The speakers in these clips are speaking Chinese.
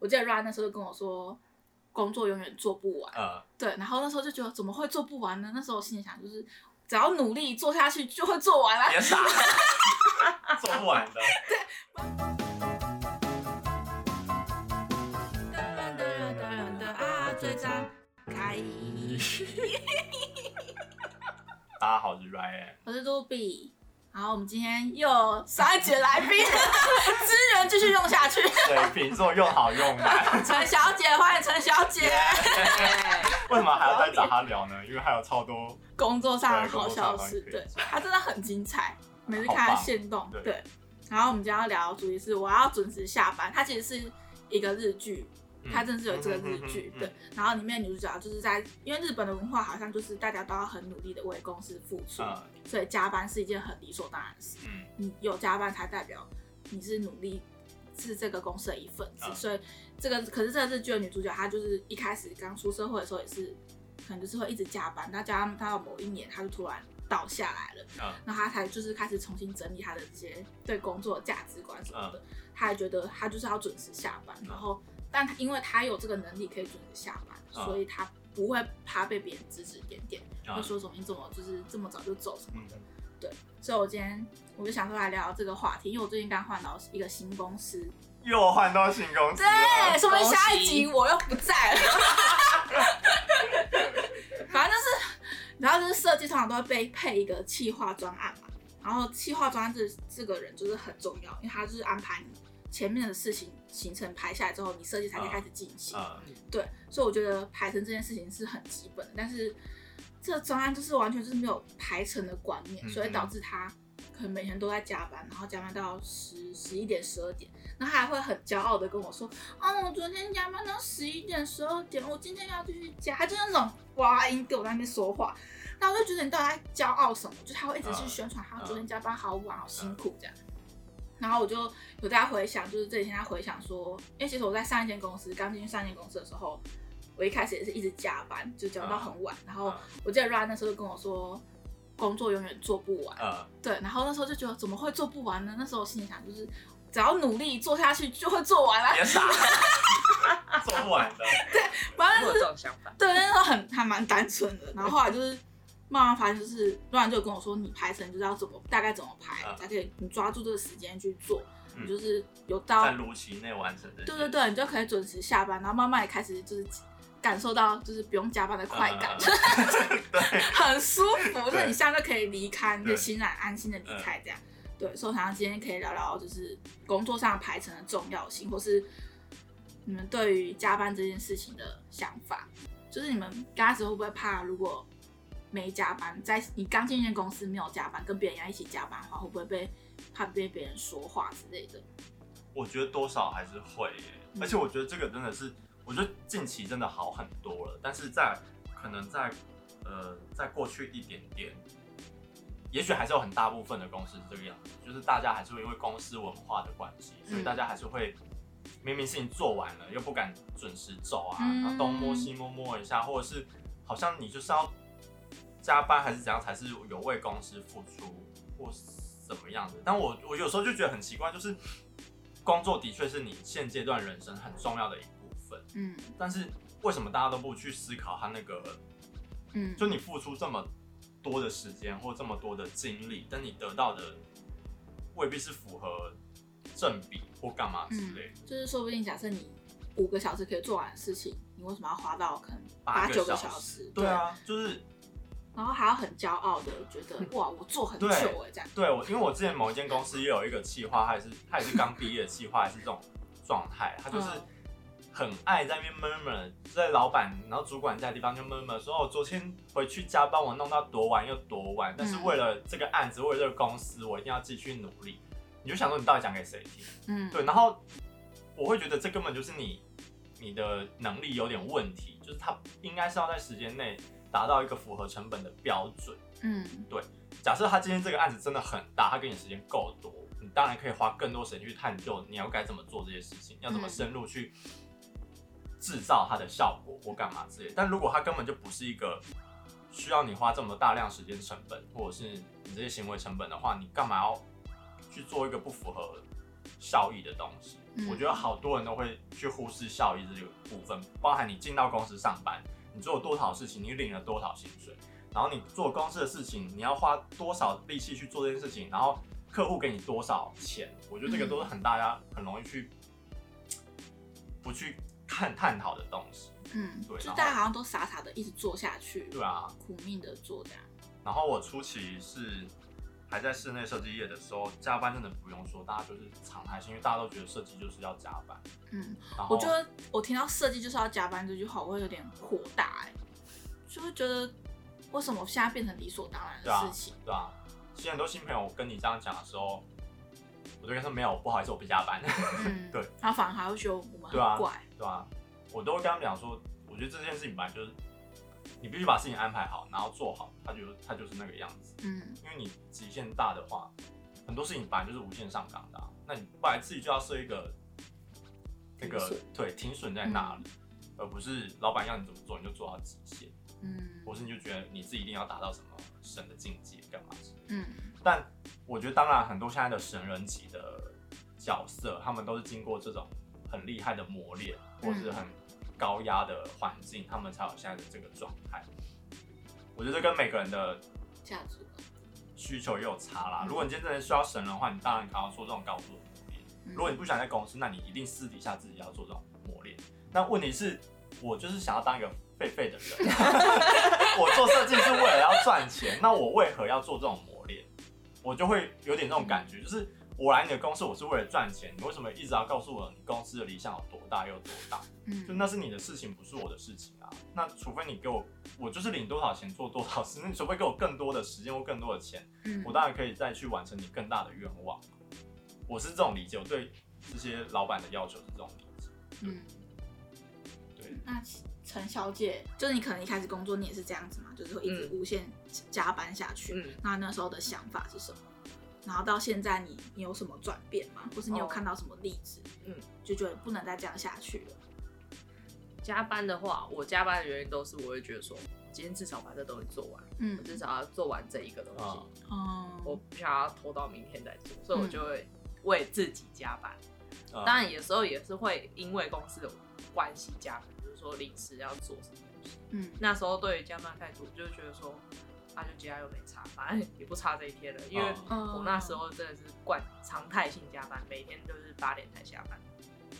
我记得 Ra 那时候就跟我说，工作永远做不完。呃，对，然后那时候就觉得怎么会做不完呢？那时候我心里想，就是只要努力做下去就会做完啊。别傻， 做不完的。噔噔噔噔噔啊，最张开，大家好，我是 Ryan。我是杜比。然后我们今天又有三节来宾， 资源继续用下去。 水瓶座又好用难，陈小姐，欢迎陈小姐。为什么还要再找他聊呢？因为还有超多，工作上的好消息，对工作上的好消息对，他真的很精彩，每次看他现动好，棒对。然后我们今天要聊的主题是我要准时下班，它其实是一个日剧，嗯它真的是有这个日剧，嗯嗯嗯嗯对。然后里面的女主角就是在，因为日本的文化好像就是大家都要很努力的为公司付出，嗯所以加班是一件很理所当然的事。嗯，你有加班才代表你是努力，是这个公司的一份子。嗯所以这个可是这个日剧的女主角，她就是一开始刚出社会的时候也是，可能就是会一直加班，但加班到某一年，她就突然倒下来了，嗯然后她才就是开始重新整理她的这些对工作的价值观什么的，她还觉得她就是要准时下班，然后但因为她有这个能力可以准时下班，嗯所以她不会怕被别人指指点点，嗯会说什么你怎么就是这么早就走什么的。嗯所以我今天我就想说来聊这个话题，因为我最近刚换到一个新公司，又换到新公司了对，。说明恭喜下一集我又不在了。反正就是，然后就是设计通常都会被配一个企划专案嘛，然后企划专案这这个人就是很重要，因为他就是安排你前面的事情行程排下来之后，你设计才可以开始进行。嗯，对，所以我觉得排程这件事情是很基本的，但是这个专案就是完全就是没有排程的观念，嗯所以导致他可能每天都在加班，然后加班到十十一点、十二点，然后他还会很骄傲的跟我说：“哦，我昨天加班到十一点、十二点，我今天要继续加。”他就那种哇音给我在那边说话，那我就觉得你到底在骄傲什么？就他会一直去嗯宣传他嗯昨天加班好晚、好辛苦这样。然后我就有在回想，就是这几天在回想说，因为其实我在上一间公司刚进去上一间公司的时候，我一开始也是一直加班，就加班到很晚。然后我记得 Ryan 那时候就跟我说，工作永远做不完。嗯，对，然后那时候就觉得怎么会做不完呢？那时候我心里想，就是只要努力做下去就会做完啊。 别傻， 做不完的。反我正有这种想法。对，那时候很还蛮单纯的。然后后来就是慢慢发现，就是 Ryan 就有跟我说，你排程就是要怎么大概怎么排，嗯才可以你抓住这个时间去做，嗯你就是有到在如期内完成的。对对，对，你就可以准时下班，然后慢慢也开始就是感受到就是不用加班的快感，就是对， 很舒服，就是对你现在就可以离开，你就对欣然安心的离开这样。对，所以我想要今天可以聊聊就是工作上排程的重要性，或是你们对于加班这件事情的想法，就是你们刚开始会不会怕如果没加班，在你刚进一间公司没有加班，跟别人要一起加班的话，会不会被怕被别人说话之类的？我觉得多少还是会耶、嗯而且我觉得这个真的是，我觉得近期真的好很多了，但是在可能在呃在过去一点点，也许还是有很大部分的公司是这个样子，就是大家还是会因为公司文化的关系，所以大家还是会。明明事情做完了，又不敢准时走啊，嗯然后东摸西摸摸一下，或者是好像你就是要加班还是怎样，才是有为公司付出或是怎么样的。但我我有时候就觉得很奇怪，就是工作的确是你现阶段人生很重要的一部分，嗯但是为什么大家都不去思考它那个，嗯，就你付出这么多的时间或这么多的精力，但你得到的未必是符合正比或干嘛之类的。就是说不定，假设你五个小时可以做完的事情，你为什么要花到可能八嗯八个九个小小时时？对，啊，就是然后还要很骄傲的觉得哇，我做很久嗯对哎，这样。对我，因为我之前某一间公司也有一个企划，他也是他也是刚毕业的企划，也是这种状态，他就是嗯很爱在那边闷闷，在老板然后主管在的地方就闷闷说，哦，昨天回去加班我弄到多晚又多晚，但是嗯为了这个案子，为了这个公司，我一定要继续努力。你就想说你到底讲给谁听？嗯，对，然后我会觉得这根本就是你你的能力有点问题，就是他应该是要在时间内达到一个符合成本的标准。嗯假设他今天这个案子真的很大，他给你时间够多，你当然可以花更多时间去探究你要该怎么做这些事情，要怎么深入去制造它的效果或干嘛之类的。但如果它根本就不是一个需要你花这么大量时间成本，或者是你这些行为成本的话，你干嘛要去做一个不符合效益的东西。嗯我觉得好多人都会去忽视效益这个部分，包含你进到公司上班，你做了多少事情，你领了多少薪水，然后你做公司的事情，你要花多少力气去做这件事情，然后客户给你多少钱，我觉得这个嗯都是很大家很容易去不去看探讨的东西。嗯，对就然后大家好像都傻傻的一直做下去，对啊，苦命的做这样。然后我初期是还在室内设计业的时候，加班真的不用说，大家就是常态性，因为大家都觉得设计就是要加班。嗯，然后我觉得我听到设计就是要加班这句话，我会有点火大哎、就会觉得为什么现在变成理所当然对啊的事 情？对啊，其实很多新朋友跟你这样讲的时候，我就跟他说没有，不好意思，我不加班。嗯，对，然后反而还会觉得我们对啊很怪，对啊，我都会跟他们讲说，我觉得这件事情本来就是你必须把事情安排好，然后做好，它就它就是那个样子。嗯因为你极限大的话，很多事情本来就是无限上纲的啊、那你本来自己就要设一个那个停损对停损在那里，而不是老板要你怎么做你就做到极限，嗯或是你就觉得你自己一定要达到什么神的境界干嘛之类的嗯但我觉得，当然很多现在的神人级的角色，他们都是经过这种很厉害的磨练，或者是很高压的环境，他们才有现在的这个状态。我觉得这跟每个人的价值观，需求也有差啦。嗯如果你今天真的需要神人的话，你当然可能要做这种高度的磨练。嗯如果你不想在公司，那你一定私底下自己要做这种磨练。那问题是，我就是想要当一个废废的人， 我做设计是为了要赚钱，那我为何要做这种磨练？我就会有点这种感觉，就是我来你的公司，我是为了赚钱，你为什么一直要告诉我你公司的理想有多大又多大？就嗯那是你的事情，不是我的事情啊。那除非你给我，我就是领多少钱做多少事，那你除非给我更多的时间或更多的钱，嗯我当然可以再去完成你更大的愿望。我是这种理解，我对这些老板的要求是这种理解。嗯。对，嗯那陈小姐，就是你可能一开始工作，你也是这样子嘛，就是会一直无限加班下去。嗯那那时候的想法是什么？然后到现在你，你有什么转变吗？或是你有哦看到什么例子？嗯，就觉得不能再这样下去了。 加班的话，我加班的原因都是我会觉得说，今天至少把这东西做完，嗯我至少要做完这一个东西，嗯哦，我不想要拖到明天再做，所以我嗯就会为自己加班。呃当然，有时候也是会因为公司的关系加班，比如说临时要做什么东西。嗯那时候对于加班态度，就会觉得说，啊，就加又没差，反正也不差这一天了，因为嗯哦我那时候真的是惯常态性加班，每天都是八点才下班，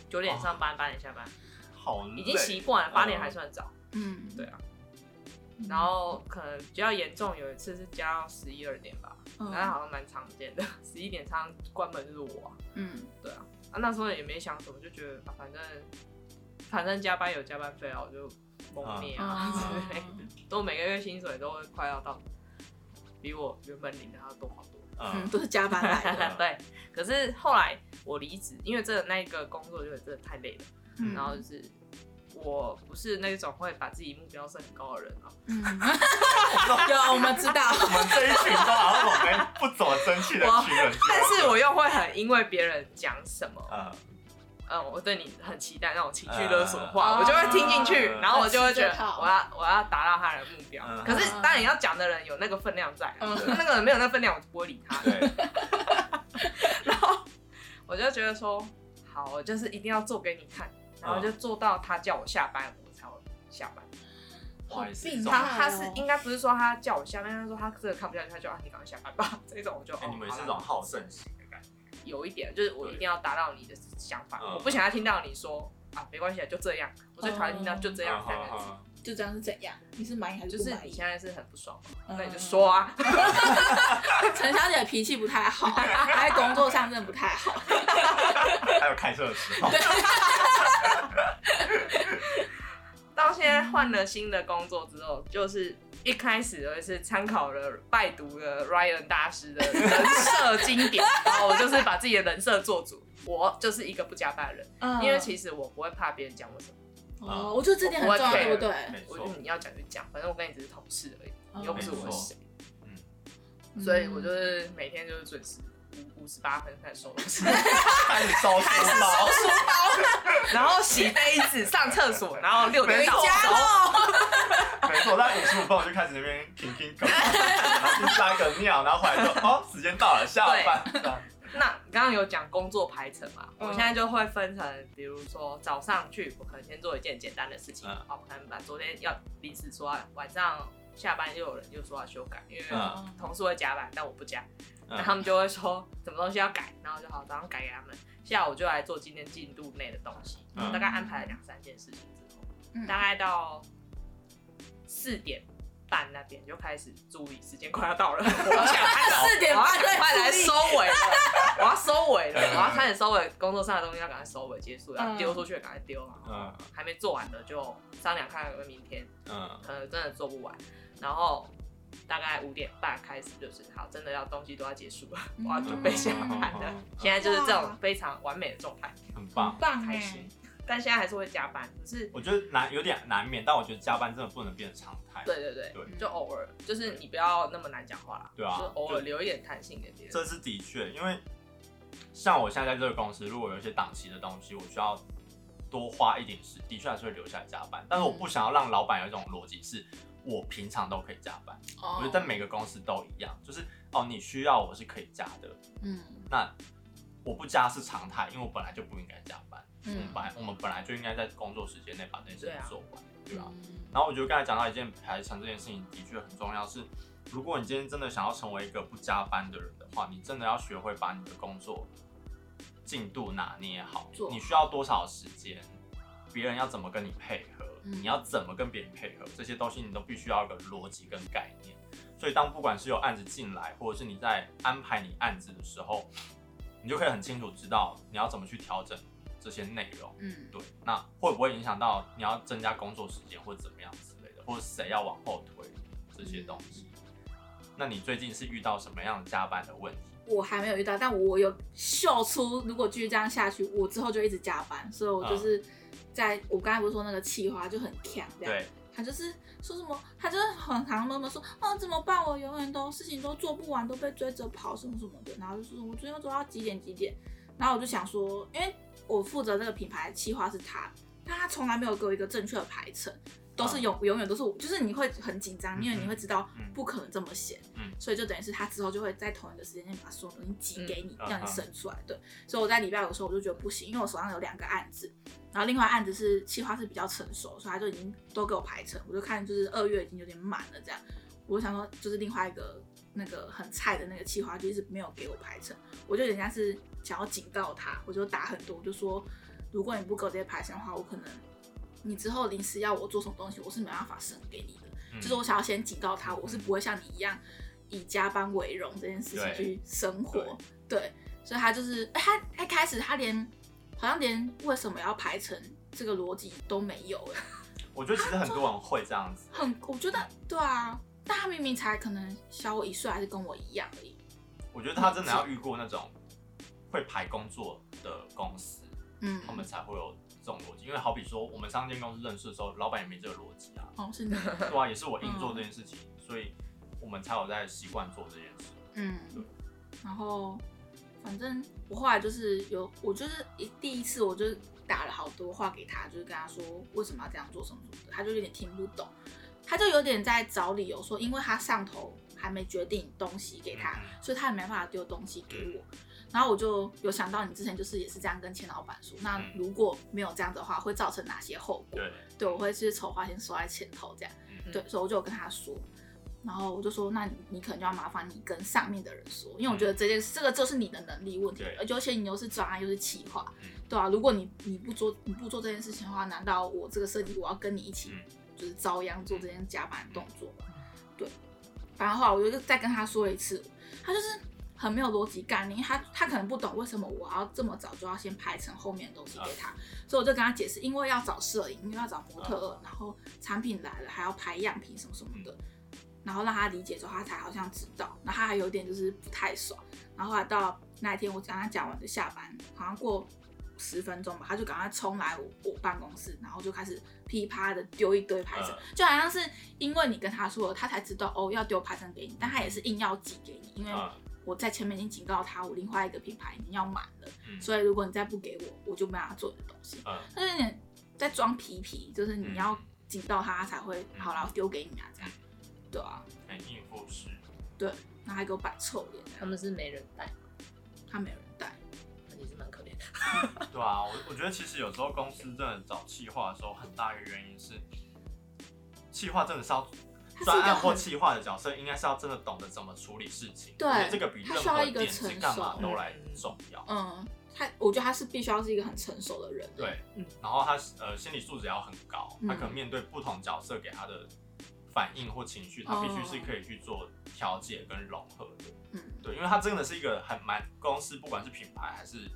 九点上班，八点下班，好累，已经习惯了，八嗯点还算早。嗯，对啊，然后可能比较严重，有一次是加到十一二点吧，嗯那好像蛮常见的。 十一点常常关门就是我啊、嗯对啊，啊那时候也没想什么，就觉得、啊、反正反正加班有加班费啊，我就蒙面啊嗯之类的，都每个月薪水都会快要到比我原本领的要多好多。嗯，嗯都是加班来的。嗯对，可是后来我离职，因为这那个工作就是真的太累了，嗯 然后就是我不是那种会把自己目标设很高的人啊，嗯， 有我们知道， 我们这一群都好像我们不怎么争气的我群人， 但是我又会很因为别人讲什么，呃，嗯，我对你很期待那种情绪勒索的话，嗯我就会听进去，嗯然后我就会觉得很吃这套我要我要达到他的目标。嗯可是当然要讲的人有那个分量在，啊嗯那个人没有那分量，我就不会理他。嗯对， 我就觉得说，好，我就是一定要做给你看，然后就做到他叫我下班，我才会下班。哇也是一病种态他哦他是应该不是说他叫我下班，他说他真的看不下去，他就啊你赶快下班吧。 这种我就、哎哦你们好是一啦种好胜心的感觉，有一点，就是我一定要达到你的想法，嗯我不想要听到你说啊，没关系，啊，就这样。我最讨厌听到嗯就这样三个字，嗯就这样是怎样？你是满意还是就不是满你意？现在是很不爽嘛，嗯那你就说啊。陈小姐的脾气不太好， 她在工作上真的不太好。嗯还有开车的时候，到现在换了新的工作之后，就是一开始我是参考了拜读的 Ryan 大师的人设经典，然后我就是把自己的人设做 主。我就是一个不加班的人，嗯因为其实我不会怕别人讲我什么，哦，我觉得这点很重要，嗯对不我不会对？没我错就，你要讲就讲，反正我跟你只是同事而已，嗯你又不是我没的错谁。嗯所以我就是每天就是准时五五十八分开始收东西，开始收书包， 然后洗杯子、上厕所，然后六回点家到家。喽。没错，在五十五分我就开始那边停停狗，然后去撒个尿，然后回来说哦，时间到了，下班。那你刚刚有讲工作排程嘛？嗯我现在就会分成，比如说早上去，我可能先做一件简单的事情，嗯哦，可能把昨天要临时说啊，晚上下班又有人就说要修改，因为嗯同事会加班，但我不加，嗯那他们就会说什么东西要改，然后就好早上改给他们，下午就来做今天进度内的东西，嗯大概安排了两三件事情之后，嗯大概到四点半那边就开始注意时间快要到了， 我想 按照4点半我要赶快在来注意收尾了，我要收尾嗯了，我要开始收尾，工作上的东西要赶快收尾结束，然后嗯丢出去赶快丢，然后嗯还没做完的就商量看有没有明天，嗯可能真的做不完，然后。大概五点半开始就是好，真的要东西都要结束了，我要准备下班了嗯。 现在就是这种哇非常完美的状态，很棒很。棒开哎、心。欸但现在还是会加班，只是我觉得难有点难免，但我觉得加班真的不能变成常态。，对对对，对哦就偶尔，就是你不要那么难讲话啦，对啊就偶尔就留一点弹性给别人。这是的确，因为像我现在在这个公司，如果有一些档期的东西，我需要多花一点时，的确还是会留下来加班。但是我不想要让老板有一种逻辑是，我平常都可以加班。我觉得在哦每个公司都一样，就是哦，你需要我是可以加的，嗯那我不加是常态，因为我本来就不应该加班。我们嗯本来我们本来就应该在工作时间内把这件事情做完，对吧、嗯然后我觉得刚才讲到一件排程这件事情的确很重要，是如果你今天真的想要成为一个不加班的人的话，你真的要学会把你的工作进度拿捏好做，好你需要多少时间，别人要怎么跟你配合，嗯你要怎么跟别人配合，这些东西你都必须要有个逻辑跟概念。所以当不管是有案子进来，或者是你在安排你案子的时候，你就可以很清楚知道你要怎么去调整这些内容。嗯对，那会不会影响到你要增加工作时间或怎么样之类的，或者谁要往后推这些东西？嗯那你最近是遇到什么样加班的问题？我还没有遇到，但我有秀出，如果继续这样下去，我之后就一直加班，所以我嗯就是在、我刚才不是说那个气话就很强，这样，对，他就是说什么，他就是很常默默说，啊怎么办？我永远都事情都做不完，都被追着跑什么什么的，然后就是我最后做到几点几点，然后我就想说，因为我负责这个品牌企划是他，但他从来没有给我一个正确的排程，都是嗯永永远都是我，就是你会很紧张，因为你会知道嗯不可能这么写，嗯所以就等于是他之后就会在同一个时间内把所有东西寄给你，嗯让你嗯生出来，对，所以我在礼拜五的时候我就觉得不行，因为我手上有两个案子，然后另外案子是企划是比较成熟，所以他就已经都给我排成，我就看就是二月已经有点满了这样，我想说就是另外一个那个很菜的那个企划就一直没有给我排成，我就人家是想要警告他，我就打很多，我就说如果你不给我这些排成的话，我可能你之后临时要我做什么东西，我是没办法生给你的，嗯就是我想要先警告他，我是不会像你一样以加班为荣这件事情对去生活，对，所以他就是哎他一开始他连好像连为什么要排成这个逻辑都没有，哎我觉得其实很多人会这样子，很我觉得对啊，但他明明才可能小我一岁，还是跟我一样而已，我觉得他真的要遇过那种会排工作的公司，嗯，他们才会有这种逻辑。因为好比说我们上间公司认识的时候，老板也没这个逻辑 啊，哦是你，对啊，也是我硬做这嗯件事情，所以我们才有在习惯做这件事。嗯对，然后反正我后来就是有，我就是一第一次我就打了好多话给他，就是跟他说为什么要这样做什么什么的，他就有点听不懂，他就有点在找理由说，因为他上头还没决定东西给他，嗯所以他也没办法丢东西给我。然后我就有想到你之前就是也是这样跟钱老板说，那嗯如果没有这样的话，会造成哪些后果？对，对，我会是丑话先说在前头这样。嗯对，所以我就有跟他说，然后我就说，那你你可能就要麻烦你跟上面的人说，因为我觉得这件事这个就是你的能力问题对，而且而且你又是专案又是企划嗯，对啊，如果你你不做你不做这件事情的话，难道我这个设计我要跟你一起嗯就是遭殃做这件加班的动作吗？对，反正后来我就再跟他说了一次，他就是。很没有逻辑概念，因为他他可能不懂为什么我要这么早就要先排成后面的东西给他，所以我就跟他解释，因为要找摄影，因为要找模特儿，然后产品来了还要拍样品什么什么的，然后让他理解之后，他才好像知道。然后他还有点就是不太爽，然后后来到那一天我跟他讲完就下班，好像过十分钟吧，他就赶快冲来我我办公室，然后就开始噼啪的丢一堆排程，嗯就好像是因为你跟他说了，他才知道哦要丢排程给你，但他也是硬要寄给你，因为嗯我在前面已经警告他，我另外一个品牌已经要满了，嗯所以如果你再不给我，我就没办法做你的东西。嗯他就有点在装皮皮，就是你要警告他他才会嗯好了，我丢给你啊，这样，对啊，哎很应付式。然后还给我摆臭脸，们是没人带，他没有人带。那你是蛮可怜的。对啊，我我觉得其实有时候公司真的找企划的时候，很大一个原因是，企划真的是要它是一个专案或很企划的角色，应该是要真的懂得怎么处理事情。对我觉得这个比它任需要何一个点子成干嘛熟都来重要。嗯，他我觉得他是必须要是一个很成熟的人。，对嗯，然后他呃心理素质也要很高，嗯他可能面对不同角色给他的反应或情绪，他必哦须是可以去做调节跟融合的。嗯，对，因为他真的是一个很蛮公司，不管是品牌还是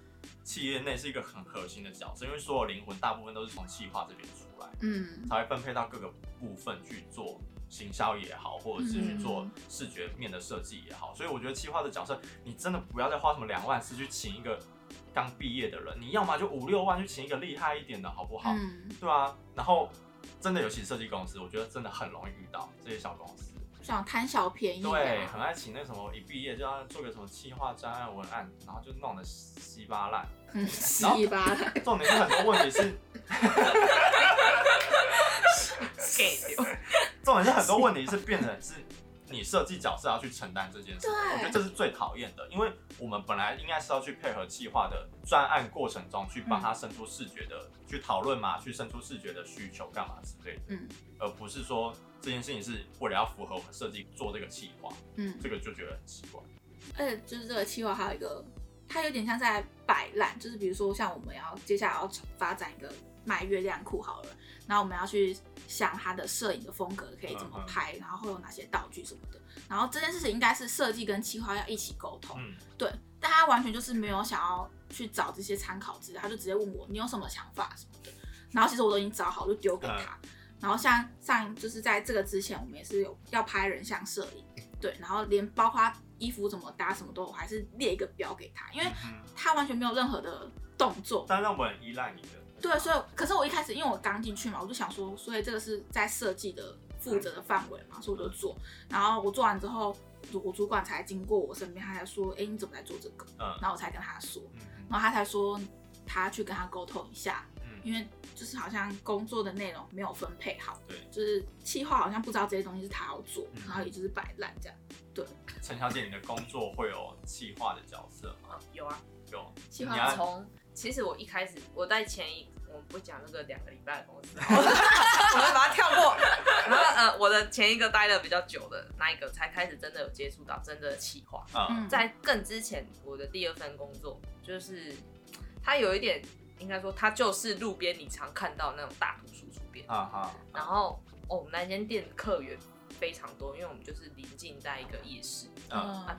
企业内，是一个很核心的角色，因为所有灵魂大部分都是从企划这边出来，嗯，才会分配到各个部分去做行销也好，或者是去做视觉面的设计也好。所以我觉得企划的角色，你真的不要再花什么两万四去请一个刚毕业的人，你要么就五六万去请一个厉害一点的，好不好？嗯，对啊，然后真的尤其设计公司，我觉得真的很容易遇到这些小公司。想贪小便宜、啊。对，很爱请那什么，一毕业就要做个什么企划、专案、文案，然后就弄得稀巴烂。嗯，然后稀巴烂。重点是很多问 题是， 给丢，重点是很多问题是变成是你设计角色要去承担这件事，对我觉得这是最讨厌的，因为我们本来应该是要去配合企划的专案过程中去帮他生出视觉的，去讨论嘛，去生出视觉的需求干嘛之类的，嗯而不是说这件事情是为了要符合我们设计做这个企划，嗯，这个就觉得很奇怪。而且就是这个计划还有一个，它有点像在摆烂，就是比如说像我们要接下来要发展一个卖月亮裤好了，然后我们要去想它的摄影的风格可以怎嗯么拍，然后会有哪些道具什么的，然后这件事情应该是设计跟企划要一起沟通，嗯，对，但他完全就是没有想要去找这些参考资料，他就直接问我你有什么想法什么的。然后其实我都已经找好，就丢给他。然后像上就是在这个之前，我们也是有要拍人像摄影，对，然后连包括衣服怎么搭什么都，我还是列一个表给他，因为嗯哼他完全没有任何的动作。但让我很依赖你的。对，所以可是我一开始因为我刚进去嘛，我就想说，所以这个是在设计的负责的范围嘛，所以我就做。然后我做完之后，我主管才经过我身边，他才说，哎，你怎么在做这个？嗯然后我才跟他说，嗯然后他才说他去跟他沟通一下，嗯因为就是好像工作的内容没有分配好，对就是企划好像不知道这些东西是他要做，嗯然后也就是摆烂这样。陈小姐，你的工作会有企划的角色吗？有啊。有，企你要划从 其实我一开始我在前一我们不讲这个两个礼拜的公司， 我们把它跳过。然后呃，我的前一个待的比较久的那一个才开始真的有接触到真的企划。嗯嗯在更之前，我的第二份工作就是它有一点应该说它就是路边你常看到那种大图输出边，啊哈，然后、哦、我们那间店客源非常多，因为我们就是临近在一个夜市，嗯，嗯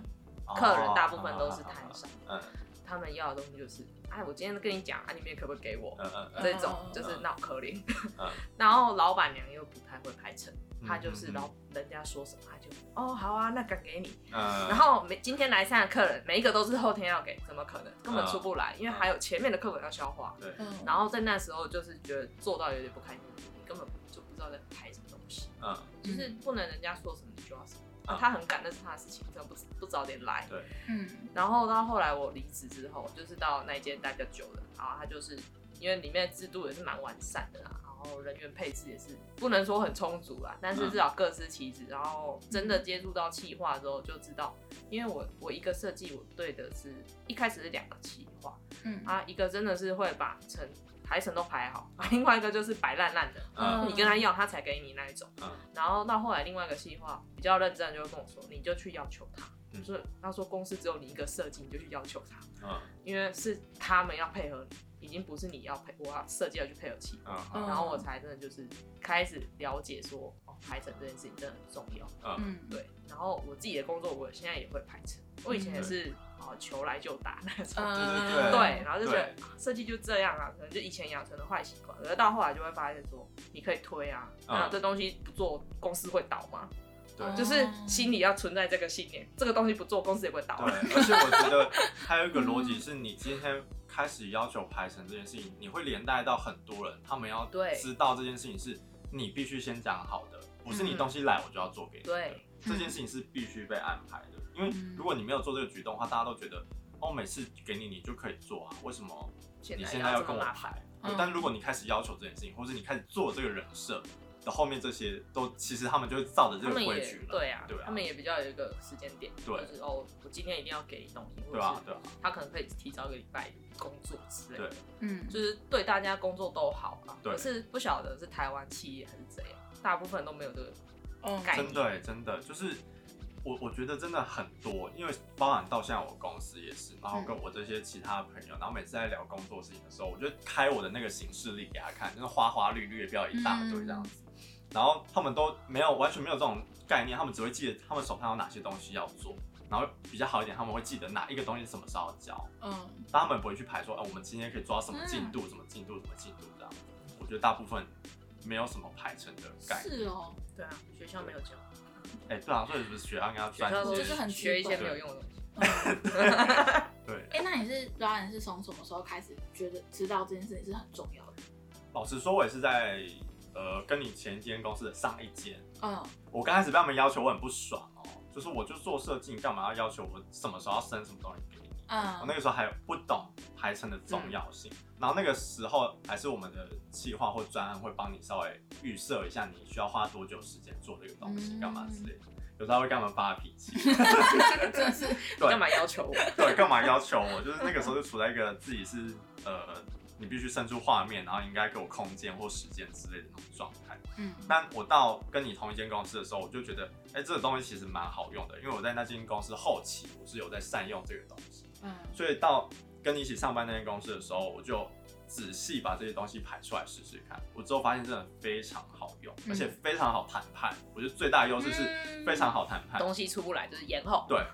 客人大部分都是摊商，嗯他们要的东西就是，哎，我今天跟你讲，啊，你们可不可以给我？嗯嗯嗯，这种嗯就是脑壳灵嗯， 然后老板娘又不太会排程，嗯她就是嗯老人家说什么，她就哦好啊，那敢给你。嗯然后每今天来三个客人，每一个都是后天要给，怎么可能？嗯根本出不来，因为还有前面的客人要消化。对，嗯，然后在那时候就是觉得做到有点不开心，根本就不知道在拍什么东西，嗯就是不能人家说什么你就要什么。嗯啊他很赶，那是他的事情，怎么不不早点来？对，嗯然后到后来我离职之后，就是到那一间待比较久的，然后他就是因为里面的制度也是蛮完善的啦，然后人员配置也是不能说很充足啦，但是至少各司其职。然后真的接触到企划之后，就知道，因为我我一个设计我对的是一开始是两个企划嗯啊，一个真的是会把成排程都排好， 另外一个就是摆烂烂的，嗯你跟他要他才给你那一种。嗯然后到后来，另外一个企划比较认真，的就会跟我说，你就去要求他，嗯就是他说公司只有你一个设计，你就去要求他，嗯因为是他们要配合你，已经不是你要配，我要设计要去配合企划。嗯然后我才真的就是开始了解说，哦，排程这件事情真的很重要。嗯，嗯，对，然后我自己的工作，我现在也会排程，我以前也嗯是啊、求来就打那种。嗯对对，然后就觉得对啊设计就这样啊，可能就以前养成的坏习惯，可是到后来就会发现说，你可以推啊，嗯然后这东西不做，公司会倒吗？对就是心里要存在这个信念，这个东西不做，公司也不会倒啊对，。而且我觉得还有一个逻辑是你今天开始要求排程这件事情，你会连带到很多人，他们要知道这件事情是你必须先讲好的，不是你东西来我就要做给你的。嗯对，嗯这件事情是必须被安排的，因为如果你没有做这个举动的话，大家都觉得哦，每次给你你就可以做啊，为什么你现在要要这跟么我麻烦，排？嗯对但如果你开始要求这件事情，或者你开始做这个人设，的后面这些都其实他们就会照着这他个们规也矩了，对啊，对啊，他们也比较有一个时间点，对就是哦，我今天一定要给你东西，或对者啊是对啊，他可能可以提早一个礼拜工作之类的，嗯，就是对大家工作都好吧。对可是不晓得是台湾企业还是怎样，大部分都没有这个嗯概真念。的欸真的就是我我觉得真的很多，因为包含到现在我公司也是，然后跟我这些其他朋友，然后每次在聊工作事情的时候，我就开我的那个行事历给他看，就是花花绿绿的标一大堆这样子，然后他们都没有完全没有这种概念，他们只会记得他们手上有哪些东西要做。然后比较好一点，他们会记得哪一个东西什么时候要交，嗯，但他们不会去排说，哎、我们今天可以抓什么进度、什么进度、什么进度这样。我觉得大部分没有什么排程的概念。是 哦，对啊，学校没有教，哎、对啊，所以是不是学校应该要学专校注都就是很基学一些本没有用的东西。对，哎、嗯那你是表演是从什么时候开始觉得知道这件事情是很重要的？老实说，我也是在呃跟你前一间公司的上一间，嗯我刚开始被他们要求，我很不爽哦，就是我就做设计，你干嘛要要求我什么时候要生什么东西给你？我那嗯个时候还有不懂排程的重要性，然后那个时候还是我们的企划或专案会帮你稍微预设一下你需要花多久时间做这个东西，嗯干嘛之类的。有时候还会跟他们发脾气，你干嘛要求我？ 对，干嘛要求我？就是那个时候就处在一个自己是呃，你必须伸出画面，然后你应该给我空间或时间之类的那种状态。嗯但我到跟你同一间公司的时候，我就觉得，哎、这个东西其实蛮好用的，因为我在那间公司后期我是有在善用这个东西，嗯所以到跟你一起上班那间公司的时候，我就仔细把这些东西排出来试试看。我之后发现真的非常好用，嗯而且非常好谈判。我觉得最大的优势是嗯非常好谈判。东西出不来，就是延后。对，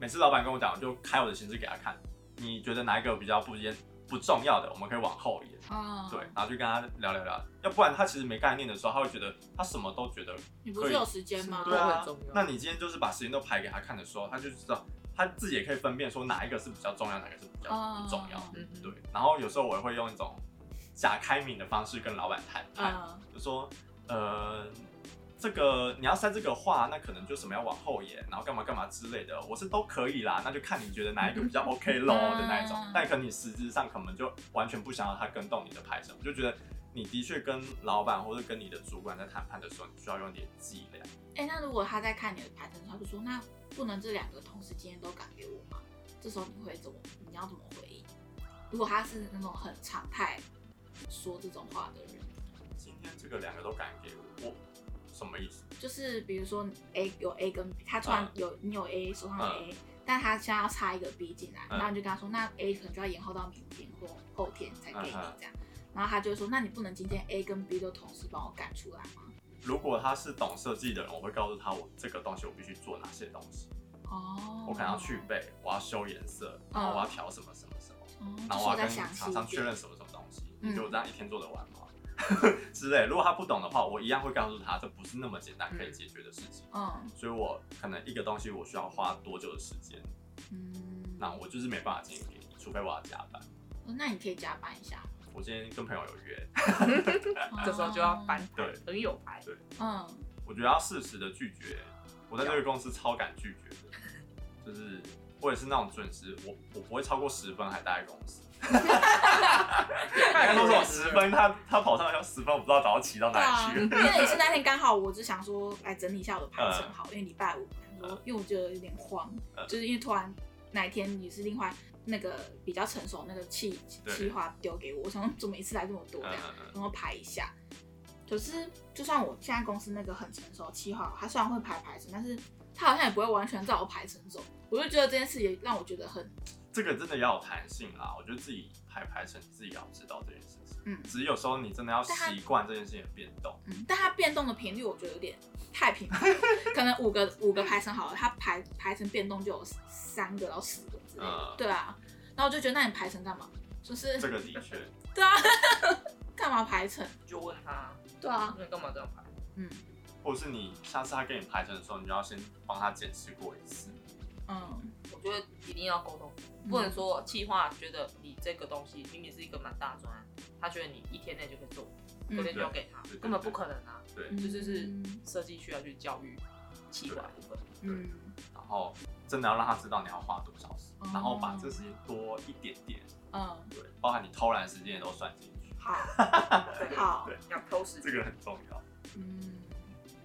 每次老板跟我讲，我就开我的形式给他看，你觉得哪一个比较不严不重要的，我们可以往后延。啊，对，，然后就跟他聊聊聊，要不然他其实没概念的时候，他会觉得他什么都觉得你不是有时间吗？哦可以对都啊很重要，那你今天就是把时间都排给他看的时候，他就知道他自己也可以分辨说哪一个是比较重要，哪个是比较不重要。哦嗯哼，对，然后有时候我也会用一种假开明的方式跟老板谈判，嗯就说呃。这个你要塞这个话，那可能就什么要往后延，然后干嘛干嘛之类的，我是都可以啦，那就看你觉得哪一 个比较 OK 咯的那一种嗯。但可能你实质上可能就完全不想要他跟动你的排程，我就觉得你的确跟老板或者跟你的主管在谈判的时候，你需要用点伎俩。哎、那如果他在看你的排程，他就说那不能这两个同时今天都赶给我吗？这时候你会怎么？你要怎么回应？如果他是那种很常态说这种话的人，今天这个两个都敢给我，我什么意思？就是比如说 A 有 A 跟 B，他突然嗯有、你有 A 手上有嗯 A，、但他现在要插一个 B 进来，嗯然后你就跟他说，那 A 可能就要延后到明天或后天才给你嗯嗯这样，然后他就会说，那你不能今天 A 跟 B 都同时帮我赶出来吗？如果他是懂设计的人，我会告诉他我这个东西我必须做哪些东西，哦，我可能要去背，我要修颜色，嗯然后我要调什么什么什么，哦，就然是后我我要再跟详细厂一商确点认什么什么东西，嗯你觉得我这样一天做得完吗？之类。如果他不懂的话，我一样会告诉他，这不是那么简单可以解决的事情。嗯所以我可能一个东西我需要花多久的时间，嗯，那我就是没办法今天给你，除非我要加班。哦那你可以加班一下，我今天跟朋友有约， 这时候就要翻牌对，朋友牌。嗯，我觉得要适时的拒绝。我在这个公司超敢拒绝的，就是我也是那种准时，我我不会超过十分还待在公司。他刚说我十分，他他跑上来要十分，我不知道早上骑到对哪啊，里去因了。 为也是那天刚好，我只想说来整理一下我的排嗯程好，因为礼拜五，我想说因为我觉得有点慌，嗯就是因为突然哪一天也是另外那个比较成熟那个气对气话丢给我，我想说怎么一次来这么多嗯这样，嗯嗯然后排一下。可是就算我现在公司那个很成熟的气话，他虽然会排排程，但是他好像也不会完全照我排程走，我就觉得这件事也让我觉得很这个真的要有弹性啦，我觉得自己排排成自己要知道这件事情。嗯只是有时候你真的要习惯这件事情的变动。嗯，但它变动的频率我觉得有点太频繁，可能五个五个排程好了，它排排成变动就有三个到四个之类的，嗯对啊。然后我就觉得，那你排成干嘛？就是这个的确，对啊，干嘛排成？就问他，对啊，那你干嘛这样排？嗯或是你下次他给你排成的时候，你就要先帮他检视过一次。嗯，我觉得一定要沟通，不能说企划觉得你这个东西明明是一个蛮大的专案，他觉得你一天内就可以做，嗯隔天就要给他对对，根本不可能啊！对，嗯这就是设计需要去教育企划部分，嗯然后真的要让他知道你要花多少时，哦然后把这时间多一点点，嗯对，包含你偷懒时间也都算进去。好，对嗯好对，要偷时这间。个很重要，嗯，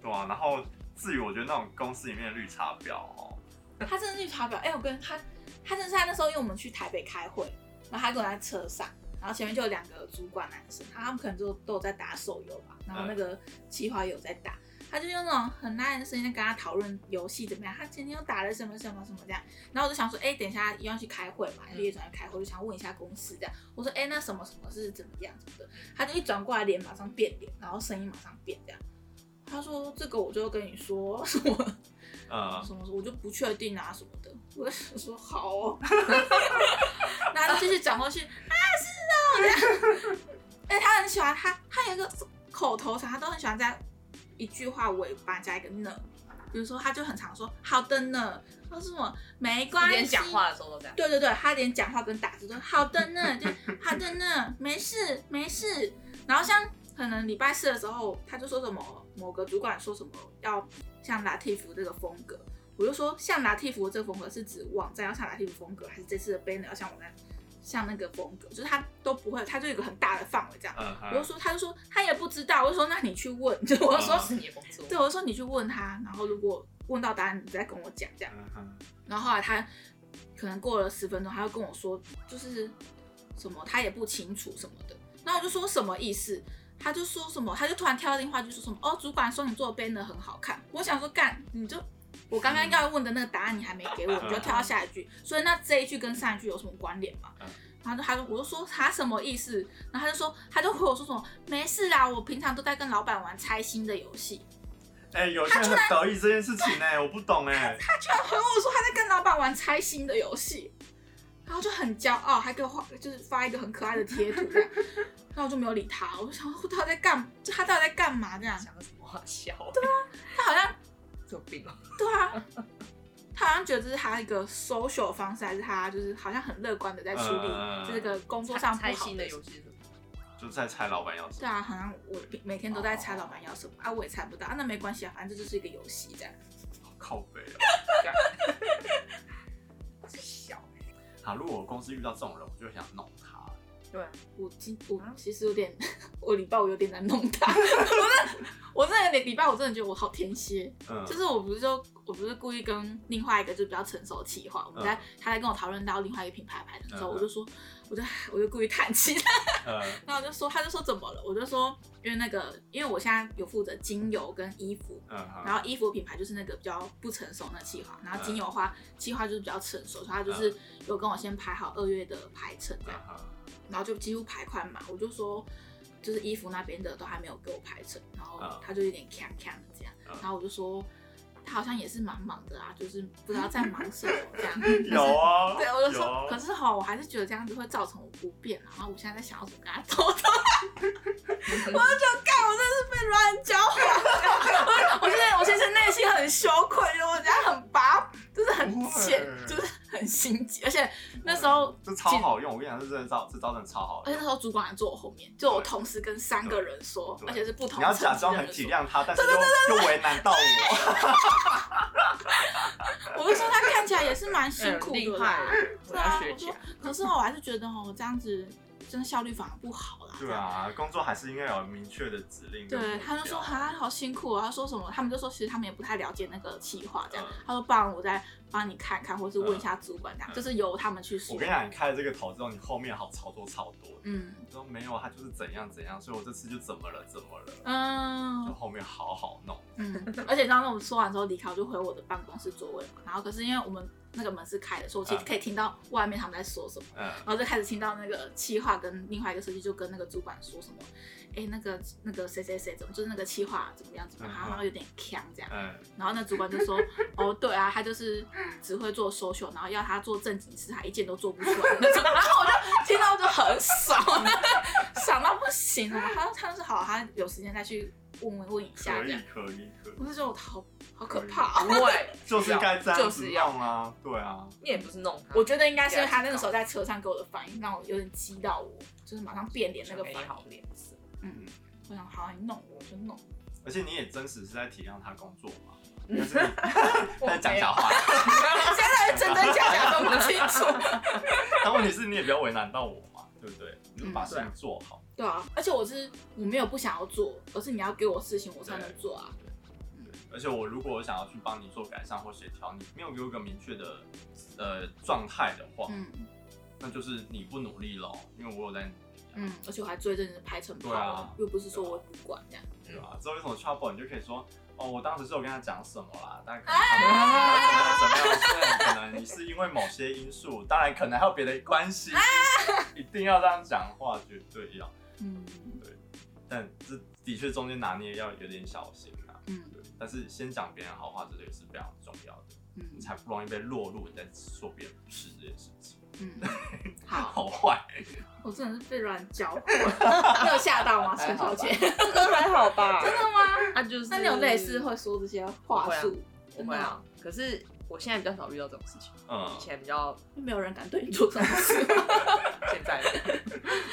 对啊。然后至于我觉得那种公司里面的绿茶婊哦，他真的绿茶婊。哎、我跟他，他真是他那时候，因为我们去台北开会，然后他跟我在车上，然后前面就有两个主管男生，他们可能就都有在打手游吧，然后那个企划也有在打，他就用那种很烂的声音在跟他讨论游戏怎么样，他今天又打了什么什么什么这样，然后我就想说，哎、等一下又要去开会嘛，就一转要开会，就想问一下公司这样，我说，哎、那什么什么是怎么样什么的，他就一转过来脸马上变脸，然后声音马上变这样，他说这个我就跟你说 什么。啊呃，什么我就不确定啊什么的。我就说好 哦，然后就继续讲过去啊是哦， 哎、他很喜欢他，他有一个口头禅，他都很喜欢在一句话尾巴加一个呢，比如说他就很常说好的呢，他说什么没关之系，前讲话的时候都这样，对对对，他连讲话跟打字都好的呢，就好的呢，没事没事。然后像可能礼拜四的时候，他就说什么某个主管说什么要像拉蒂夫这个风格，我就说像拉蒂夫这个风格是指网站要像拉蒂夫风格，还是这次的 banner 要像网站像那个风格？就是他都不会，他就有一个很大的范围这样。嗯我就哼，说，他就说他也不知道，我就说那你去问， 就我就说嗯是你的工作。对，我就说你去问他，然后如果问到答案，你再跟我讲这样。嗯哼，然后后来他可能过了十分钟，他又跟我说，就是什么他也不清楚什么的。然后我就说什么意思？他就说什么，他就突然跳进话就说什么哦，主管说你做的 banner 很好看。我想说干，你就我刚刚要问的那个答案你还没给我，你就跳到下一句。所以那这一句跟上一句有什么关联吗嗯？然后就他就我就说他什么意思？然后他就说他就和我说什么没事啦，我平常都在跟老板玩猜心的游戏。哎，有些人很得意这件事情哎，我不懂哎，他居然回我说他在跟老板玩猜心的游戏，然后就很骄傲，还给我画就是发一个很可爱的贴图这样，然后我就没有理他，我就想说他到底在干，就他到底在干嘛这样？讲什么话笑？对 啊，他好像有病哦。对啊，他好像觉得这是他一个 social 方式，还是他就是好像很乐观的在处理嗯这个工作上不猜好心的的游戏是什么？就在猜老板要什对啊，好像我每天都在猜老板要什么啊，我也猜不到啊，那没关系啊，反正这就是一个游戏这样。么，靠背哦。笑。啊，如果我公司遇到这种人，我就会想弄他。对，我今我啊其实有点，我礼拜我有点难弄他， 我真的我真的有点礼拜我真的觉得我好天蝎，嗯，就是我不是就我不是故意跟另外一个就比较成熟的企划，我们在、嗯他在跟我讨论到另外一个品牌的牌子的时候，嗯嗯我就说我就我就故意叹气，呃， 然后我就说他就说怎么了，我就说因为那个因为我现在有负责精油跟衣服。嗯然哼，后衣服品牌就是那个比较不成熟那企划，然后精油的话嗯企划就是比较成熟，所以他就是有跟我先排好二月的排程这样嗯。哼，然后就几乎排款嘛，我就说就是衣服那边的都还没有给我排成，然后嗯他就有点看看的这样，嗯然后我就说他好像也是蛮忙的啊，就是不知道在忙什么这样。 有 啊，对，我就有说，啊可是哈，我还是觉得这样子会造成我不便啊。然后我现在在想要怎么跟他沟通， 嗯我就觉得干，我真的是被乱教化。 我我现在我其实内心很羞愧，我觉得很拔，就是很不会浅，就是很心急，而且那时候这超好用，我跟你讲，这真的招，这招真的超好而且那时用。候主管还坐我后面，就我同时跟三个人说，对而且是不同你要层级的假人说装很体谅他，但是又又为难到我。 我就说他看起来也是蛮辛苦嗯厉的害啦。，我对要啊，学我起说来。，可是哦我还是觉得哦，这样子真的效率反而不好啦。对啊，工作还是应该有明确的指令这跟样。对，目标。他就说啊，好辛苦啊。他说什么？他们就说其实他们也不太了解那个企划这样嗯。他说，不然我再帮你看看，或是问一下主管这样，嗯就是由他们去说我。跟你讲，你开了这个头之后，你后面好操作超多。嗯你说没有，他就是怎样怎样，所以我这次就怎么了怎么了，就嗯后面好好弄。嗯。而且当时我们说完之后离开，我就回我的办公室座位嘛。然后可是因为我们那个门是开的，所以我其实可以听到外面他们在说什么。嗯，然后就开始听到那个企划跟另外一个设计就跟那个主管说什么，哎，那个那个谁谁谁怎么，就是那个企划怎么样怎么样，嗯嗯然后有点呛这样。嗯，然后那主管就说，哦，对啊，他就是只会做 social，然后要他做正经事，他一件都做不出来那种。然后我就听到就很爽，爽到不行了。他他就说好，他有时间再去问问问一下可这样以。可以可以，我就觉得我好好可怕、哦。不会，就是该这样就子是要弄啊，对啊，你也不是弄他，我觉得应该是因为他那个时候在车上给我的反应，让我有点激到我，就是马上变脸那个没反应。好脸色。嗯，我想好，你弄我就弄。而且你也真实是在体谅他工作嘛，哦但是你在讲 假话。啊 现在真真假假分不清楚。嗯但问题是你也不要为难到我嘛，对不对？你就把事情做好。 对啊，而且我是我没有不想要做，而是你要给我事情我才能做啊。而且我如果想要去帮你做改善或协调，你没有给我一个明确的呃状态的话，嗯那就是你不努力咯，因为我有在努力、啊，嗯，而且我还最认真的拍成泡对啊又不是说我不管这样。对吧？之后有什么 trouble，你就可以说。哦，我当时是有跟他讲什么啦，但可能他们他们怎么样？怎么样？可能你是因为某些因素，当然可能还有别的关系，一定要这样讲话，绝对要。嗯但这的确中间拿捏要有点小心啊。嗯对，但是先讲别人好话，这个是非常重要的，你嗯才不容易被落入你在说别人不是这件事情。嗯，好，好坏，我真的是被软脚， 你有吓到吗，陈小姐？这个还好吧？ 真的吗？他就是那你有类似会说这些话术？我会啊，可是我现在比较少遇到这种事情，嗯以，前比较，真的吗，没有人敢对你做这种 事。现在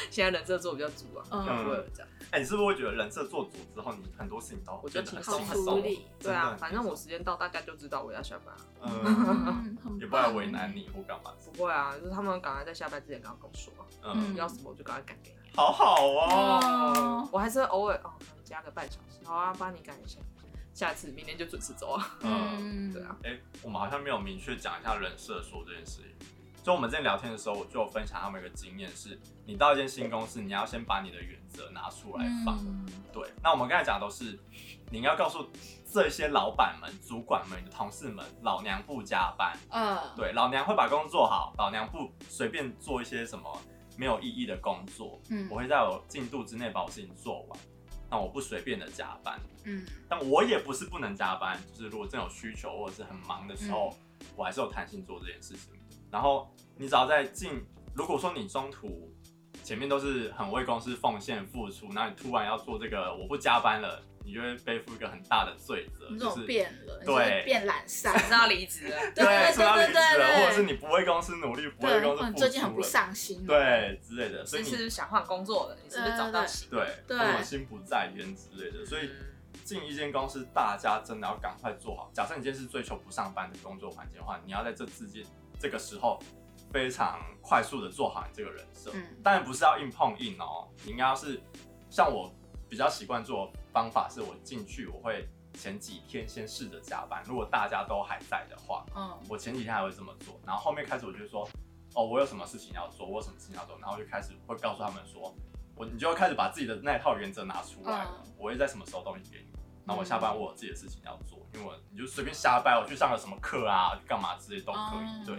现在人设做比较足啊，嗯不会有这样。哎、你是不是会觉得人设做足之后，你很多事情都我觉得变挺得很松好轻处松理真对啊，的很轻松反正我时间到，大家就知道我要下班了。嗯，嗯，很棒也不来为难。你或干嘛，不会啊，就是他们赶快在下班之前赶快跟我说啊，嗯，嗯要什么我就赶快赶给你啊。好好哦，哦，我还是会偶尔哦，可能加个半小时，好啊，帮你赶一下，下次明天就准时走啊。嗯，嗯，对啊，哎、我们好像没有明确讲一下人设说这件事情。就我们之前聊天的时候，我就有分享他们一个经验是，你到一间新公司，你要先把你的原则拿出来放。嗯，对，那我们刚才讲的都是，你要告诉这些老板们、主管们、你的同事们，老娘不加班，呃，对，老娘会把工作做好，老娘不随便做一些什么没有意义的工作，嗯我会在我进度之内把我事情做完，那我不随便的加班，嗯但我也不是不能加班，就是如果真有需求或者是很忙的时嗯候，我还是有弹性做这件事情。然后你只要在进，如果说你中途前面都是很为公司奉献付出，那你突然要做这个我不加班了，你就会背负一个很大的罪责，你这就是种变了，你对是变懒散还， 是要离 职了，对对，说要离对对职对了，对或者是你不为公司努力，不为对，公或司者付你出最近很不了上心，，对之类的，所所以以你是不是想换工作了？你是不是找到嗯新？对对嗯或者心不在焉之类的，所以。进一间公司，大家真的要赶快做好。假设你今天是追求不上班的工作环境的话，你要在这之间这个时候非常快速的做好你这个人设。嗯当然不是要硬碰硬哦，你应该要是像我比较习惯做的方法，是我进去我会前几天先试着加班，如果大家都还在的话，嗯我前几天还会这么做，然后后面开始我就说，哦，我有什么事情要做，我有什么事情要做，然后我就开始会告诉他们说，我你就要开始把自己的那一套原则拿出来，嗯我会在什么时候东西给你，然后我下班我有自己的事情要做，因为我你就随便瞎掰，我去上个什么课啊，去干嘛之类都可以，嗯对，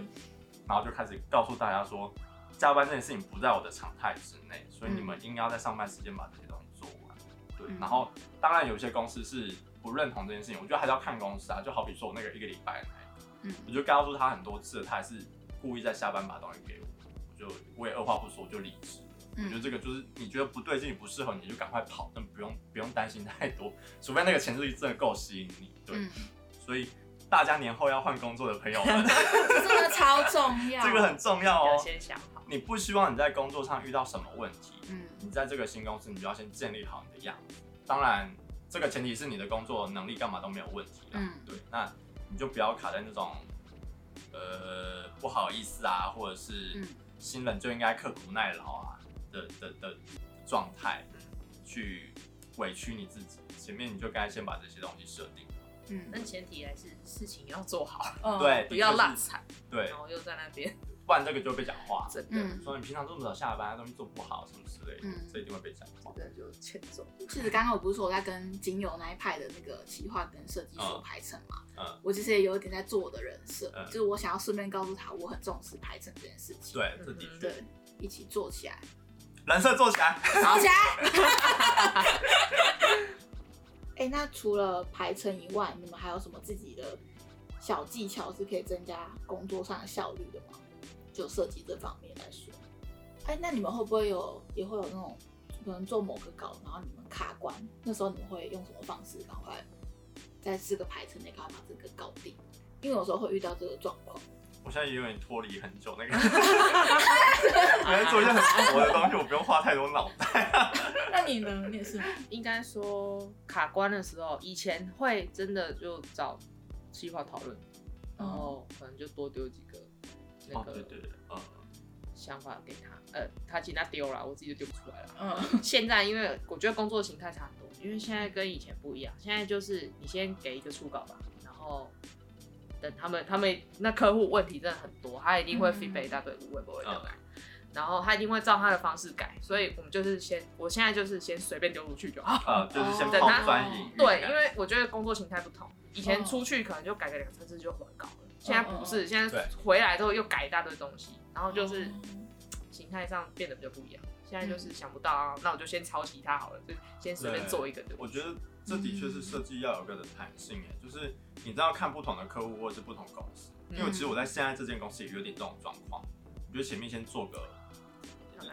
然后就开始告诉大家说，加班这件事情不在我的常态之内，所以你们应该要在上班时间把这些东西做完，对，嗯然后当然有些公司是不认同这件事情，我觉得还是要看公司啊，就好比说我那个一个礼拜的那一个嗯我就告诉他很多次，他还是故意在下班把东西给我，我就我也二话不说我就离职了。我觉得嗯这个就是你觉得不对劲、不适合你，就赶快跑，但不用不用担心太多， 除非那个潜质真的够吸引你。对，嗯，所以大家年后要换工作的朋友 们，这真的超重要，这个很重要要哦。先想好。你不希望你在工作上遇到什么问题，嗯你在这个新公司，你就要先建立好你的样子。当然，这个前提是你的工作能力干嘛都没有问题啦。嗯对，那你就不要卡在那种，呃，不好意思啊，或者是嗯新人就应该刻苦耐劳啊的的的状态，去委屈你自己。前面你就该先把这些东西设定。嗯但前提还是事情要做好，嗯对，的不确要是烂惨，对然，后又在那边不然这个就被讲话。真的，嗯，说你平常这么早下班，东西做不好什么之类的，嗯这一定会被讲话。真的就欠揍。其实刚刚我不是说我在跟仅有那一派的那个企划跟设计所嗯排程嘛，嗯我其实也有一点在做我的人设，嗯就是我想要顺便告诉他我很重视排程这件事情，对，这的确，对，一起做起来，人设做起来。吵起来。哎、那除了排程以外，你们还有什么自己的小技巧是可以增加工作上的效率的吗？就设计这方面来说，哎、那你们会不会有也会有那种可能做某个稿，然后你们卡关，那时候你们会用什么方式赶快在这个排程内赶快把这个搞定？因为有时候会遇到这个状况，我现在有点脱离很久那个，我在做一些很生活的东西，我不用花太多脑袋。那你呢？你也 是吗？应该说卡关的时候，以前会真的就找计哦嗯划讨论，然后可能就多丢几个那哦，个对对对，嗯，想法给他，呃，他请他丢了，我自己就丢不出来了。嗯，现在因为我觉得工作形态差很多，因为现在跟以前不一样，现在就是你先给一个初稿吧，然后等他们他们那客户问题真的很多，他一定会嗯 feedback 一大堆无微不微的来。然后他一定会照他的方式改，所以我们就是先，我现在就是先随便丢出去就好。呃，就是先等碰他翻译。对，啊语因感为我觉得工作形态不同，以哦前出去可能就改个两三次就完稿了，现在不是，现在对回来之后又改一大堆东西，然后就是嗯形态上变得比较不一样。现在就是想不到、啊，那我就先抄袭他好了，就先随便做一个，对不我对？觉得这的确是设计要有一个的弹性，哎，就是你知道看不同的客户或者是不同公司，因为其实我在现在这间公司也有点这种状况，我觉得前面先做个，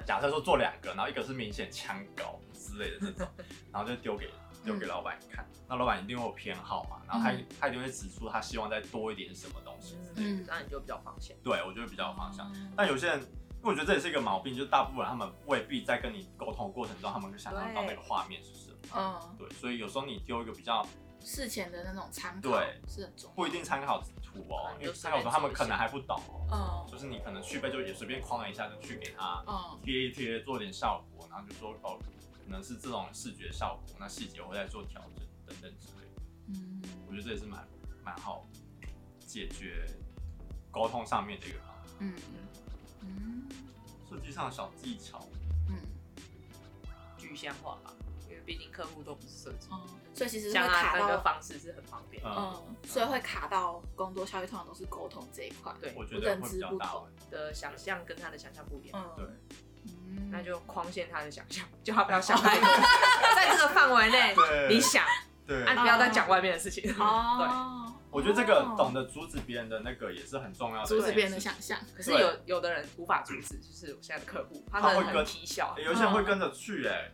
假设说做两个，然后一个是明显枪高之类的这种，然后就丢给丢给老板看，那老板一定会有偏好嘛，然后他、嗯他一定会指出他希望再多一点什么东西之类的，嗯那你就比较放心。对我觉得比较有方向。但有些人，因为我觉得这也是一个毛病，就是大部分人他们未必在跟你沟通的过程中，他们想象到那个画面是什么。嗯，对，所以有时候你丢一个比较事前的那种参考对是很重要。不一定参考图哦可能，因就为是参考图他们可能还不懂哦，嗯就是你可能去背就也随便框了一下就去给他嗯贴一贴，做点效果，然后就说哦，可能是这种视觉效果，那细节我会再做调整等等之类的。嗯，我觉得这也是蛮蛮好解决沟通上面的一个方法。嗯嗯设计上的小技巧，嗯具象化吧，因为毕竟客户都不是设计，嗯，所以其实是会像他卡那个到，方式是很方便。嗯，嗯，所以会卡到工作效率，通常都是沟通这一块。对，我我觉得会比较大问题。的想象跟他的想象不一样，嗯，对，嗯，哦那就框限他的想象，叫他不要想太多， 在这个范围内，对你想，对 啊，你不要再讲外面的事情。 对，哦，我觉得这个哦懂得阻止别人的那个也是很重要的一件阻事情，止别人的想象。可是有有的人无法阻止，就是我现在的客户，他哎真的他会跟很皮笑欸，有些嗯人会跟着去、欸，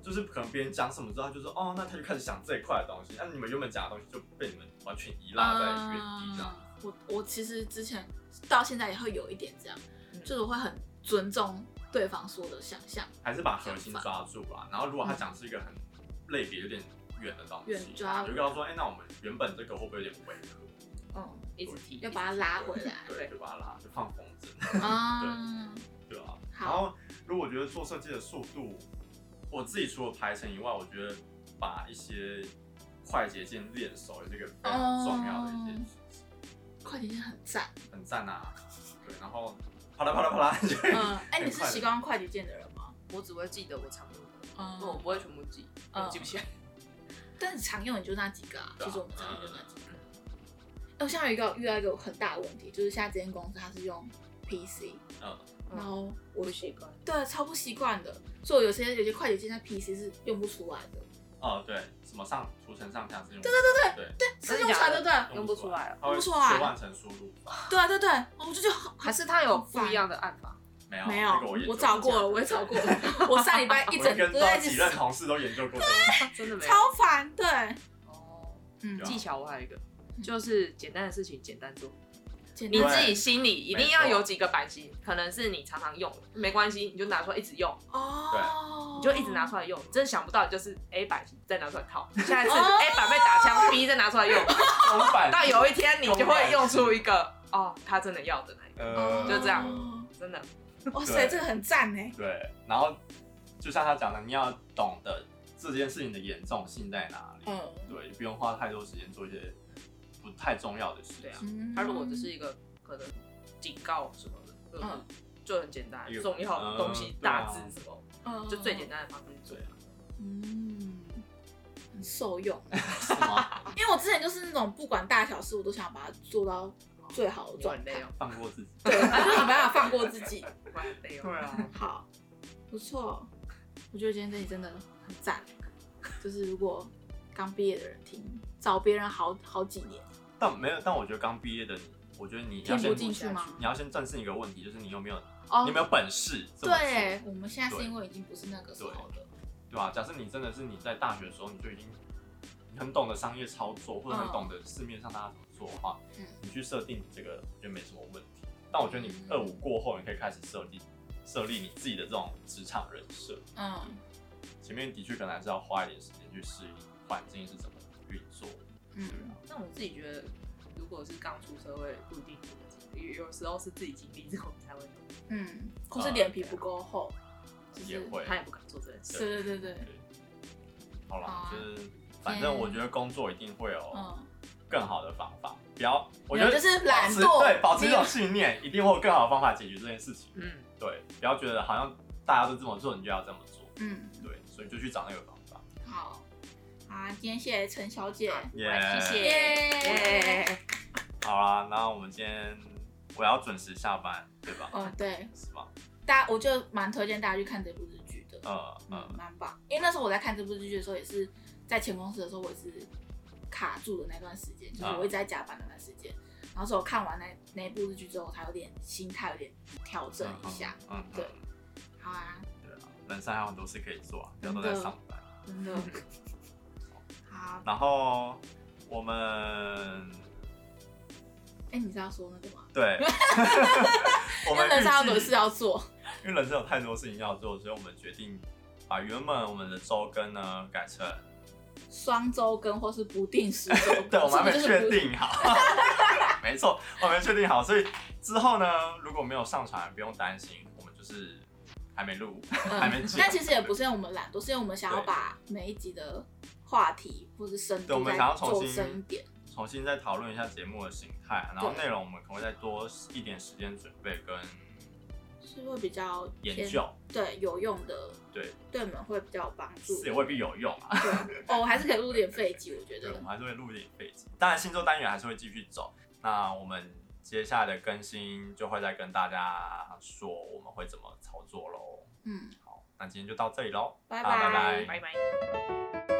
就是可能别人讲什么之后，他就说哦，那他就开始想这一块的东西，那、你们原本讲的东西就被你们完全遗落在原地这样。嗯我我其实之前到现在也会有一点这样，嗯就是我会很尊重对方说的想象，还是把核心抓住啦。然后如果他讲是一个很类别有点远的东西，嗯远抓你就跟他说，哎、那我们原本这个会不会有点违和？嗯，一直提，要把它拉回 来。对，就把它拉，就放风筝，啊，对吧、好然后如果我觉得做设计的速度，我自己除了排程以外，我觉得把一些快捷键练熟也是一个非常重要的一件事情。快捷键很赞。很赞啊，对，然后啪啦啪啦啪啦，就会嗯，哎，你很是快的习惯快捷键的人吗？我只会记得我常用的，嗯因为我不会全部记，嗯我记不起来。但是常用也就那几个啊，对啊其实我们常用就那几个。哎我现在有一个遇到一个很大的问题，就是现在这间公司它是用 PC，嗯，然后我习惯，对啊超不习惯的，所以有些有些快捷键在 PC 是用不出来的，哦对，什么上除程上下是用，对对对对对，是用出来对真的假的不对？用不出来哦它会用不啊出来切换成输入法，对啊对对，我就就好 还是他有不一样的按法？没有没没有我研，究我找过了，我也找过了， 我上礼拜一我整跟都在多一起几任同事都研究过这 个， 真的没有。超烦，对，哦，嗯嗯对啊技巧我还有一个，就是简单的事情简单做，简你单自己心里一定要有几个版型，可能是你常常用的，没关系，你就拿出来一直用，哦，你就一直拿出来用，你真的想不到你就是 A 版型再拿出来套，下一次哦 A 版被打枪，B 再拿出来用，公版到有一天你就会用出一个哦，他真的要的那一呃就这样个，真的。哦。哇塞，对这个很赞欸呢。对，然后就像他讲的，你要懂得这件事情的严重性在哪里，嗯对，不用花太多时间做一些不太重要的事对啊情，嗯他如果只是一个可能警告什么的，就是嗯就很简单一，个重要的东西嗯大字什么，嗯就最简，单的方式去做对。啊嗯，很受用。是吗？因为我之前就是那种不管大小事，我都想把它做到最好的我 状很累态哦，，放过自己，对，我就是没办法放过自己。我很累哦。对 啊，好，不错，我觉得今天这里真的很赞。就是如果刚毕业的人听，找别人好好几年，但没有，但我觉得刚毕业的你，我觉得你听要不先进去吗？你要先正视一个问题，就是你有没有、哦你有没有本事这么做，对，我们现在是对因为已经不是那个时候的，对吧、假设你真的是你在大学的时候，你就已经你很懂得商业操作，或者很懂得市面上大家怎么做的话，嗯你去设定这个，我觉得没什么问题。但我觉得你嗯二五过后，你可以开始设立设立你自己的这种职场人设。嗯前面的确可能还是要花一点时间去适应环境是怎么运作的。嗯对啊但我自己觉得，如果是刚出社会，不一定怎么经历，有时候是自己经历之后你才会懂，嗯，或是脸皮不够厚，就是啊也会他也不敢做这件事。对对对对，好啦，好啊就是反正我觉得工作一定会有嗯，更好的方法，不要我觉没得有就是懒惰保持对，保持这种你信念，一定会有更好的方法解决这件事情。嗯，对，不要觉得好像大家都这么做，你就要这么做。嗯，对，所以就去找那个方法。好，啊，今天谢谢陈小姐，耶、好谢谢耶，耶好啦，那我们今天我要准时下班，对吧？哦对，是吧？大家我就蛮推荐大家去看这部日剧的，嗯嗯，嗯，蛮棒。因为那时候我在看这部日剧的时候，也是在前公司的时候，我也是卡住的那段时间，啊就是我一直在加班的那段时间。然后是我看完那那一部日剧之后，我才有点心态有点调整一下。嗯，嗯，对嗯好啊，对啊，人生还有很多事可以做啊，不要都在上班。真的。好，然后我们哎，你是要说那个吗？对，我因为们人生还有很预多计事要做。因为人生有太多事情要做，所以我们决定把原本我们的周更呢改成，双周更或是不定时周更， 对，我们还没是不是确不定好， 没错，我们没确定好，所以之后呢，如果没有上传，不用担心，我们就是还没录，嗯还没剪，但其实也不是因为我们懒惰，是因为我们想要把每一集的话题或是深对我度们再想要重做新深一点。重新再讨论一下节目的形态，然后对内容我们可能会再多一点时间准备跟是会比较偏研究，对有用的，对，对我们会比较有帮助。是也未必有用啊。对哦，我还是可以录点废集，我觉对，我得们。还是会录一点废纸，当然星座单元还是会继续走。那我们接下来的更新就会再跟大家说我们会怎么操作喽。嗯，好，那今天就到这里喽，拜大家拜拜拜拜拜。